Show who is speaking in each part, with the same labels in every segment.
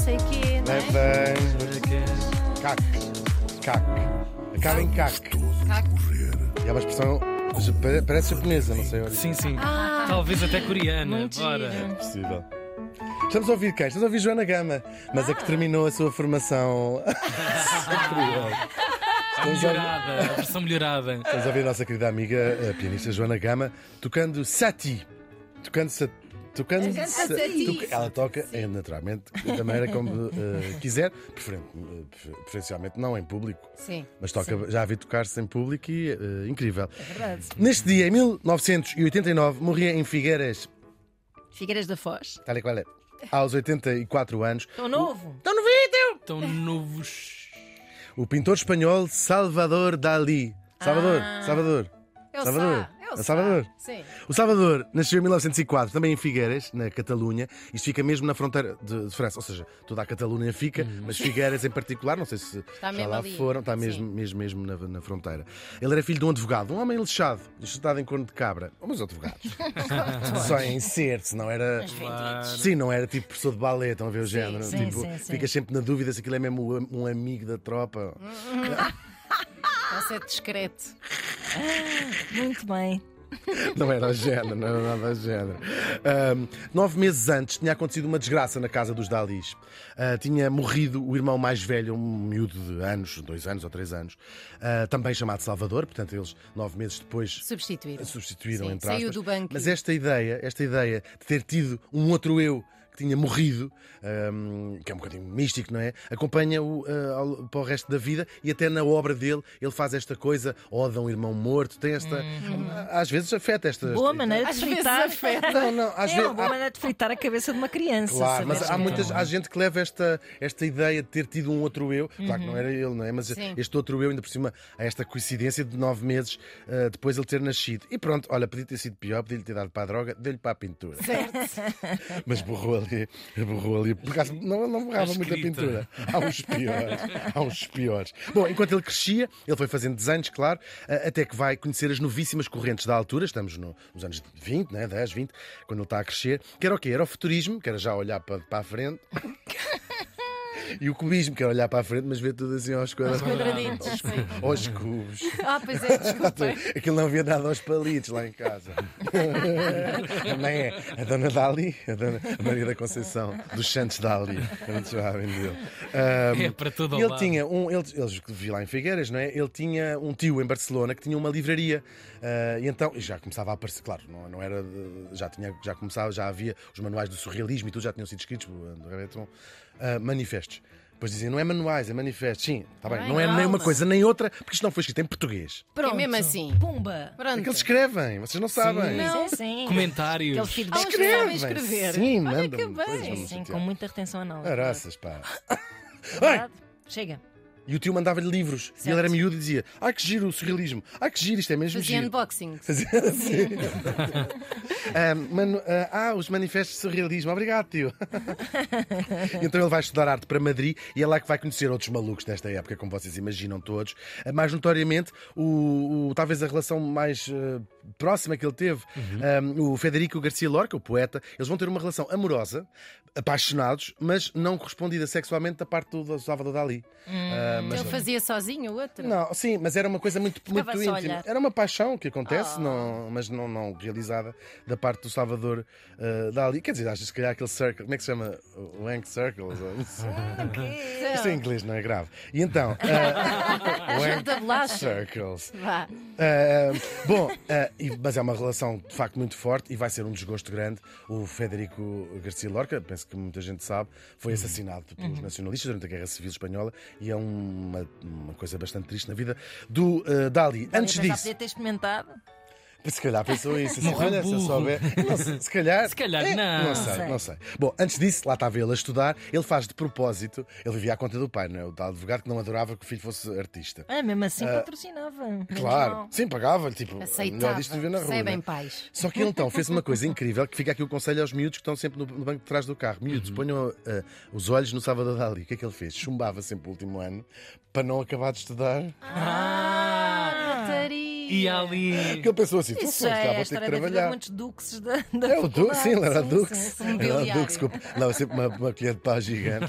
Speaker 1: sei quê, não é?
Speaker 2: Levamos. Cac. Cac. Acaba em cac.
Speaker 1: Cac.
Speaker 2: E é uma expressão. pa- Parece japonesa, não sei onde.
Speaker 3: Sim, sim.
Speaker 1: Ah,
Speaker 3: Talvez até coreana.
Speaker 1: muito
Speaker 3: Bora.
Speaker 1: giro.
Speaker 2: Possível. Estamos a ouvir quem? Estamos a ouvir Joana Gama, mas a que terminou a sua formação.
Speaker 3: A melhorada, a versão melhorada.
Speaker 2: Estamos a ouvir a nossa querida amiga, a pianista Joana Gama, tocando Sati. Tocando Sati. Tocando
Speaker 1: Canta
Speaker 2: sa-
Speaker 1: Sati.
Speaker 2: toca- ela toca eh, naturalmente da maneira como eh, quiser, preferen- eh, prefer- preferencialmente não em público,
Speaker 1: Sim. É
Speaker 2: mas toca, já a vi tocar-se em público e eh, incrível.
Speaker 1: Verdade.
Speaker 2: Neste dia, em 1989, morria em Figueiras,
Speaker 1: Figueiras da Foz.
Speaker 2: tal e qual é, aos 84 anos,
Speaker 1: Estou novo.
Speaker 2: Estão no vídeo!
Speaker 3: Tão novos.
Speaker 2: O pintor espanhol Salvador Dalí. Salvador,
Speaker 1: Ah.
Speaker 2: Salvador.
Speaker 1: É o
Speaker 2: Salvador.
Speaker 1: Sá. É o
Speaker 2: É Salvador.
Speaker 1: Sá. Sim.
Speaker 2: O Salvador nasceu em 1904, também em Figueiras, na Catalunha. Isto fica mesmo na fronteira de, de França, ou seja, toda a Catalunha fica, mas Figueiras em particular, não sei se já
Speaker 1: mesmo
Speaker 2: lá
Speaker 1: ali.
Speaker 2: foram, está mesmo, mesmo, mesmo na, na fronteira. Ele era filho de um advogado, um homem lixado, estudado em corno de cabra. Oh, Mas advogados. Só em ser, se não era.
Speaker 3: Claro.
Speaker 2: Sim, não era tipo professor de balé, estão a ver o género.
Speaker 1: sim,
Speaker 2: tipo,
Speaker 1: sim, Hum. sim.
Speaker 2: Ficas sempre na dúvida se aquilo é mesmo um- um amigo da tropa.
Speaker 1: Vai ser discreto. Ah, muito bem.
Speaker 2: Não era o género, não era nada o género. Ahm, nove meses antes tinha acontecido uma desgraça na casa dos Dalis. Ah, tinha morrido o irmão mais velho, um miúdo de anos, dois anos ou três anos, ah, também chamado Salvador, portanto, eles nove meses depois
Speaker 1: Substituído.
Speaker 2: substituíram
Speaker 1: Sim,
Speaker 2: entre
Speaker 1: saiu
Speaker 2: aspas.
Speaker 1: do banco.
Speaker 2: Mas esta ideia, esta ideia de ter tido um outro eu que tinha morrido, hum, que é um bocadinho místico, não é? Acompanha-o ah, ao- para o resto da vida e até na obra dele ele faz esta coisa, oda um irmão morto, tem esta.
Speaker 1: Uhum.
Speaker 2: Às vezes é. afeta esta.
Speaker 4: Boa
Speaker 2: esta-
Speaker 4: maneira
Speaker 1: Às
Speaker 4: de
Speaker 1: vezes
Speaker 4: fritar.
Speaker 1: afeta.
Speaker 2: Não, não, às
Speaker 4: É
Speaker 2: vezes.
Speaker 4: uma é boa
Speaker 2: há-
Speaker 4: maneira de fritar a cabeça de uma criança.
Speaker 2: Claro,
Speaker 4: saberes
Speaker 2: mas há
Speaker 4: que-
Speaker 2: muitas há gente que leva esta, esta ideia de ter tido um outro eu. Claro que não era ele, não é? Mas
Speaker 1: Sim.
Speaker 2: este outro eu, ainda por cima, há esta coincidência de nove meses ah, depois de ele ter nascido. E pronto, olha, podia ter sido pior, podia lhe ter dado para a droga, deu-lhe para a pintura. mas borrou ali, borrou ali. Por acaso, não, não borrava
Speaker 3: É. A
Speaker 2: muito a
Speaker 3: escrita.
Speaker 2: pintura. Há uns piores. Há uns piores. Bom, enquanto ele crescia, ele foi fazendo desenhos, claro, eh, até que vai conhecer as novíssimas correntes da altura, estamos no- nos anos 20, né? 10, 20, quando ele está a crescer, que era o quê? Era o futurismo, que era já olhar para, para a frente. E o cubismo, que era olhar para a frente, mas ver tudo assim aos quadrados.
Speaker 1: Quadraditos. sim.
Speaker 2: Aos cubos.
Speaker 1: Ah, pois é, desculpa.
Speaker 2: Aquilo não havia nada aos palitos lá em casa. Também é a dona Dali, a dona Maria da Conceição, dos Santos Dali, eu não chamava dele. Ahm,
Speaker 3: É para todo o
Speaker 2: ele
Speaker 3: lado.
Speaker 2: tinha um, ele, eles que vi lá em Figueiras, não é? Ele tinha um tio em Barcelona que tinha uma livraria. Ah, e então, e já começava a aparecer, claro, não, não era, de- já tinha, já começava, já havia os manuais do surrealismo e tudo já tinham sido escritos por André Breton, ah, manifestos. Depois diziam, não é manuais, é manifestos. Sim, está bem,
Speaker 1: Ai,
Speaker 2: não é nem uma
Speaker 1: calma.
Speaker 2: coisa nem outra, porque isto não foi escrito em português.
Speaker 1: É mesmo assim.
Speaker 4: Pumba!
Speaker 1: Pronto.
Speaker 2: É que eles escrevem, vocês não sabem.
Speaker 1: Não.
Speaker 4: Sim, sim. Aquele
Speaker 3: Comentários.
Speaker 4: feedback.
Speaker 1: que sabem escrever.
Speaker 2: Sim,
Speaker 1: Olha
Speaker 2: mandam.
Speaker 1: que bem.
Speaker 2: coisas,
Speaker 4: Sim,
Speaker 2: vamos
Speaker 4: sim,
Speaker 2: chatear.
Speaker 4: com muita retenção anal.
Speaker 2: Araças, pá. Ai!
Speaker 4: Verdade? Chega.
Speaker 2: E o tio mandava-lhe livros. E ele era miúdo e dizia: Ah, que giro o surrealismo. Ah, que giro, isto é mesmo
Speaker 1: Fazia
Speaker 2: giro.
Speaker 1: unboxing.
Speaker 2: Fazia assim. Ah, manu- ah, ah, os manifestos de surrealismo. Obrigado, tio. então ele vai estudar arte para Madrid e é lá que vai conhecer outros malucos desta época, como vocês imaginam todos. Ah, Mais notoriamente, o, o- talvez a relação mais eh, próxima que ele teve, ah, o Federico Garcia Lorca, o poeta, eles vão ter uma relação amorosa, apaixonados, mas não correspondida sexualmente da parte do, do Salvador Dali. Ah, mas-
Speaker 1: Ele fazia sozinho o outro?
Speaker 2: não, sim, mas era uma coisa muito, muito
Speaker 4: só a
Speaker 2: íntima.
Speaker 4: olhar.
Speaker 2: Era uma paixão que acontece,
Speaker 1: Oh.
Speaker 2: não, mas não, não realizada da parte do Salvador eh, Dali. Quer dizer, acho que se calhar aquele circle, como é que se chama? O Wank Circles? ou não sei. Isto em inglês não é grave. E então. eh, wank
Speaker 1: Junta bolacha.
Speaker 2: Circles.
Speaker 1: Vá.
Speaker 2: Ah, bom, ah, e- mas é uma relação de facto muito forte e vai ser um desgosto grande. O Federico Garcia Lorca, penso que muita gente sabe,
Speaker 3: Uhum.
Speaker 2: foi assassinado pelos nacionalistas durante a Guerra Civil Espanhola e é uma, uma coisa bastante triste na vida do ah, Dali. Antes
Speaker 4: Eu já
Speaker 2: disso,
Speaker 4: podia ter experimentado.
Speaker 2: se calhar pensou isso. Assim,
Speaker 3: Morreu
Speaker 2: olha, se eu
Speaker 3: burro.
Speaker 2: souber. Não sei, se calhar.
Speaker 3: Se calhar
Speaker 2: Eh,
Speaker 3: não.
Speaker 2: Não sei, não sei. Bom, antes disso, lá estava ele a estudar. Ele faz de propósito. Ele vivia à conta do pai, não é? O tal advogado que não adorava que o filho fosse artista.
Speaker 4: Ah, mesmo assim patrocinava. Menos
Speaker 2: É. Claro,
Speaker 4: mal.
Speaker 2: sim, pagava-lhe. Tipo, melhor
Speaker 1: Aceitava.
Speaker 2: disto viver na rua.
Speaker 1: Recebem
Speaker 2: não é?
Speaker 1: pais.
Speaker 2: Só que ele então fez uma coisa incrível que fica aqui o conselho aos miúdos que estão sempre no no banco de trás do carro. Miúdos,
Speaker 4: Uhum.
Speaker 2: ponham ah, os olhos no Salvador Dali. O que é que ele fez?
Speaker 4: Ah.
Speaker 2: Chumbava sempre o último ano para não acabar de estudar.
Speaker 1: Ah,
Speaker 3: E há um ali.
Speaker 2: Porque ele pensou assim: tu
Speaker 4: Isso
Speaker 2: foste,
Speaker 4: é
Speaker 2: ah,
Speaker 4: a
Speaker 2: vou ter que
Speaker 4: história da vida de
Speaker 2: trabalhar.
Speaker 4: muitos duques da, da
Speaker 2: É o Dux, sim, ele era
Speaker 4: faculdade.
Speaker 2: Dux.
Speaker 4: sim, sim.
Speaker 1: Um
Speaker 2: Era
Speaker 1: biliário.
Speaker 2: Dux, desculpa. Leva sempre uma, uma colher de pau gigante.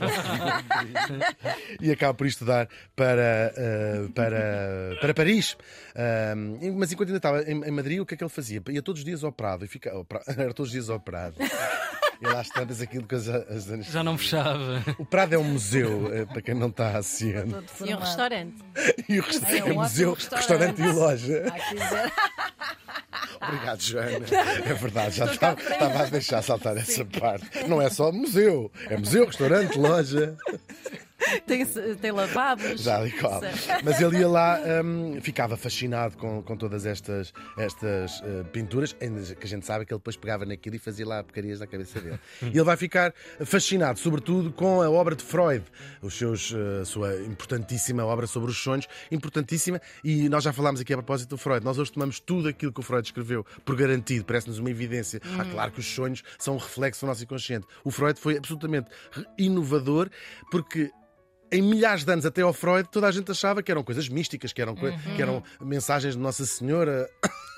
Speaker 2: e acaba por estudar para, eh, para, para Paris. Ah, mas enquanto ainda estava em, em Madrid, o que é que ele fazia? Ia todos os dias ao Prado. E fica, ao Prado- era todos os dias ao Prado. E lá às tantas aquilo que as, as
Speaker 3: Já não fechava.
Speaker 2: O Prado é um museu, eh, para quem não está ciente.
Speaker 4: Todo
Speaker 1: E um
Speaker 4: formado.
Speaker 1: restaurante.
Speaker 2: E o rest-
Speaker 4: É um
Speaker 2: é um museu,
Speaker 4: ótimo
Speaker 2: restaurante e loja.
Speaker 4: Ah, quer dizer,
Speaker 2: Obrigado, Joana. É verdade, já estava, estava a deixar saltar essa parte. Não é só museu, é museu, restaurante, loja.
Speaker 1: Tem, tem lavabos.
Speaker 2: Já e qual. Mas ele ia lá, hum, ficava fascinado com, com todas estas, estas eh, pinturas, ainda que a gente sabe que ele depois pegava naquilo e fazia lá porcarias na cabeça dele. E ele vai ficar fascinado, sobretudo, com a obra de Freud, os seus, eh, sua importantíssima obra sobre os sonhos, importantíssima, e nós já falámos aqui a propósito do Freud. Nós hoje tomamos tudo aquilo que o Freud escreveu por garantido, parece-nos uma evidência. Ah, claro que os sonhos são um reflexo do nosso inconsciente. O Freud foi absolutamente re- inovador, porque em milhares de anos até ao Freud, toda a gente achava que eram coisas místicas, que eram, coi- que eram mensagens de Nossa Senhora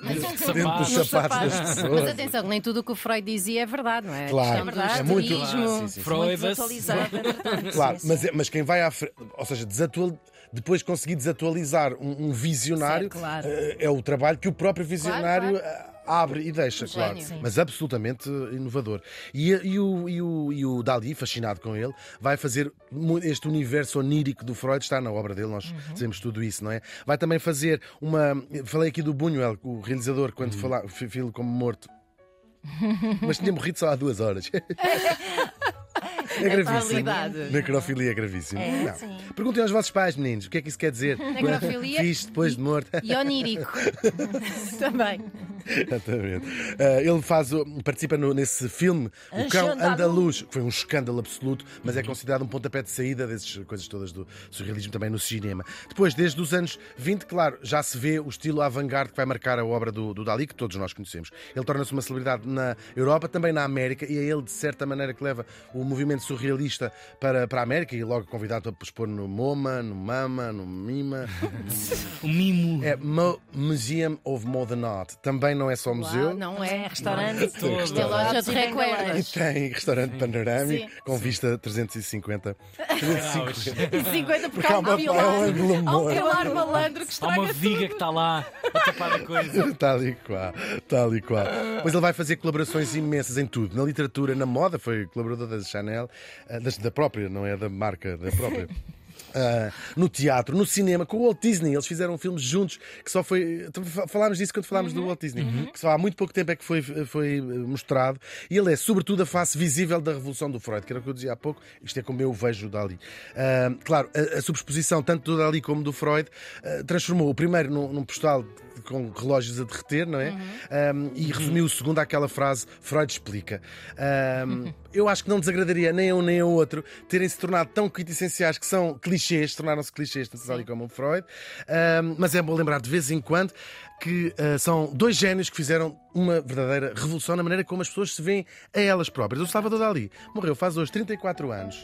Speaker 2: dentro dos
Speaker 3: Sapatos.
Speaker 1: Nos
Speaker 2: sapatos, das
Speaker 1: sapatos. Mas
Speaker 2: pessoas.
Speaker 1: atenção, nem tudo o que o Freud dizia é verdade, não é?
Speaker 2: Claro,
Speaker 1: Questão do
Speaker 4: é
Speaker 2: muito-
Speaker 1: esoterismo.
Speaker 2: Ah, Sim, sim, sim.
Speaker 4: muito
Speaker 3: Freud.
Speaker 4: desatualizada. entretanto,
Speaker 2: Claro,
Speaker 4: sim,
Speaker 2: mas,
Speaker 4: sim.
Speaker 2: é- mas quem vai à frente, ou seja, desatual- depois conseguir desatualizar um, um visionário
Speaker 1: Sim, claro.
Speaker 2: eh, é o trabalho que o próprio visionário eh, abre e deixa,
Speaker 1: Gênio.
Speaker 2: claro.
Speaker 1: Sim.
Speaker 2: Mas absolutamente eh, inovador. E, eh, e o, e, o, e o Dali, fascinado com ele, vai fazer mu- este universo onírico do Freud, está na obra dele, nós dizemos tudo isso, não é? Vai também fazer uma. Falei aqui do Buñuel, o realizador, quando fala, fi- filho como morto. Mas tinha morrido só há duas horas. É gravíssimo.
Speaker 1: Mentalidade.
Speaker 2: Necrofilia é gravíssimo.
Speaker 4: É,
Speaker 2: Não.
Speaker 4: sim.
Speaker 2: Perguntem aos vossos pais, meninos, o que é que isso quer dizer?
Speaker 1: Necrofilia
Speaker 2: Fiz depois de morto.
Speaker 1: E onírico. Também.
Speaker 2: Exatamente. Ah, ele faz, o- participa no- nesse filme O Cão
Speaker 4: Andaluz.
Speaker 2: Andaluz, que foi um escândalo absoluto, mas é considerado um pontapé de saída dessas coisas todas do surrealismo também no cinema. Depois, desde os anos 20, claro, já se vê o estilo avant-garde que vai marcar a obra do, do Dali, que todos nós conhecemos. Ele torna-se uma celebridade na Europa, também na América, e é ele, de certa maneira, que leva o movimento surrealista para, para a América e logo convidado para expor no MoMA, no MAMA, no MIMA.
Speaker 3: O mimo.
Speaker 2: É Mo- Museum of Modern Art. Também não é só museu.
Speaker 1: Uau, não
Speaker 4: Não é
Speaker 1: é.
Speaker 4: restaurante.
Speaker 3: Todo.
Speaker 1: É loja de
Speaker 4: Sim, bem
Speaker 2: E
Speaker 1: recuerdas.
Speaker 2: tem restaurante panorâmico
Speaker 1: Sim.
Speaker 2: com vista 350.
Speaker 3: Graus.
Speaker 2: 350.
Speaker 1: E 50 porque
Speaker 2: Porque há
Speaker 1: há um
Speaker 2: uma-
Speaker 1: pilar.
Speaker 2: há um ângulo
Speaker 1: Há um
Speaker 2: morto.
Speaker 1: pilar malandro que
Speaker 3: Há
Speaker 1: estraga
Speaker 3: uma viga que está lá a tapar a coisa.
Speaker 2: Tal e qual, tal e qual. Pois ele vai fazer colaborações imensas em tudo, na literatura, na moda, foi colaborador da Chanel, ah, das- da própria, não é da marca, da própria. Ah, no teatro, no cinema, com o Walt Disney. Eles fizeram um filme juntos que só foi. então, fa- Falámos disso quando falámos do Walt Disney, que só há muito pouco tempo é que foi, foi mostrado. E ele é, sobretudo, a face visível da revolução do Freud, que era o que eu dizia há pouco. Isto é como eu vejo o Dali. Ah, claro, a, a sobreposição tanto do Dali como do Freud ah, transformou o primeiro num, num postal de- com relógios a derreter, não é? Ah, e resumiu o segundo àquela frase: Freud explica. Ah, eu acho que não desagradaria nem a um nem a outro terem se tornado tão quintessenciais que são clichês, tornaram-se clichês, tanto Dali como o Freud. Ah, mas é bom lembrar de vez em quando que ah, são dois génios que fizeram uma verdadeira revolução na maneira como as pessoas se veem a elas próprias. O Salvador Dali morreu faz hoje 34 anos.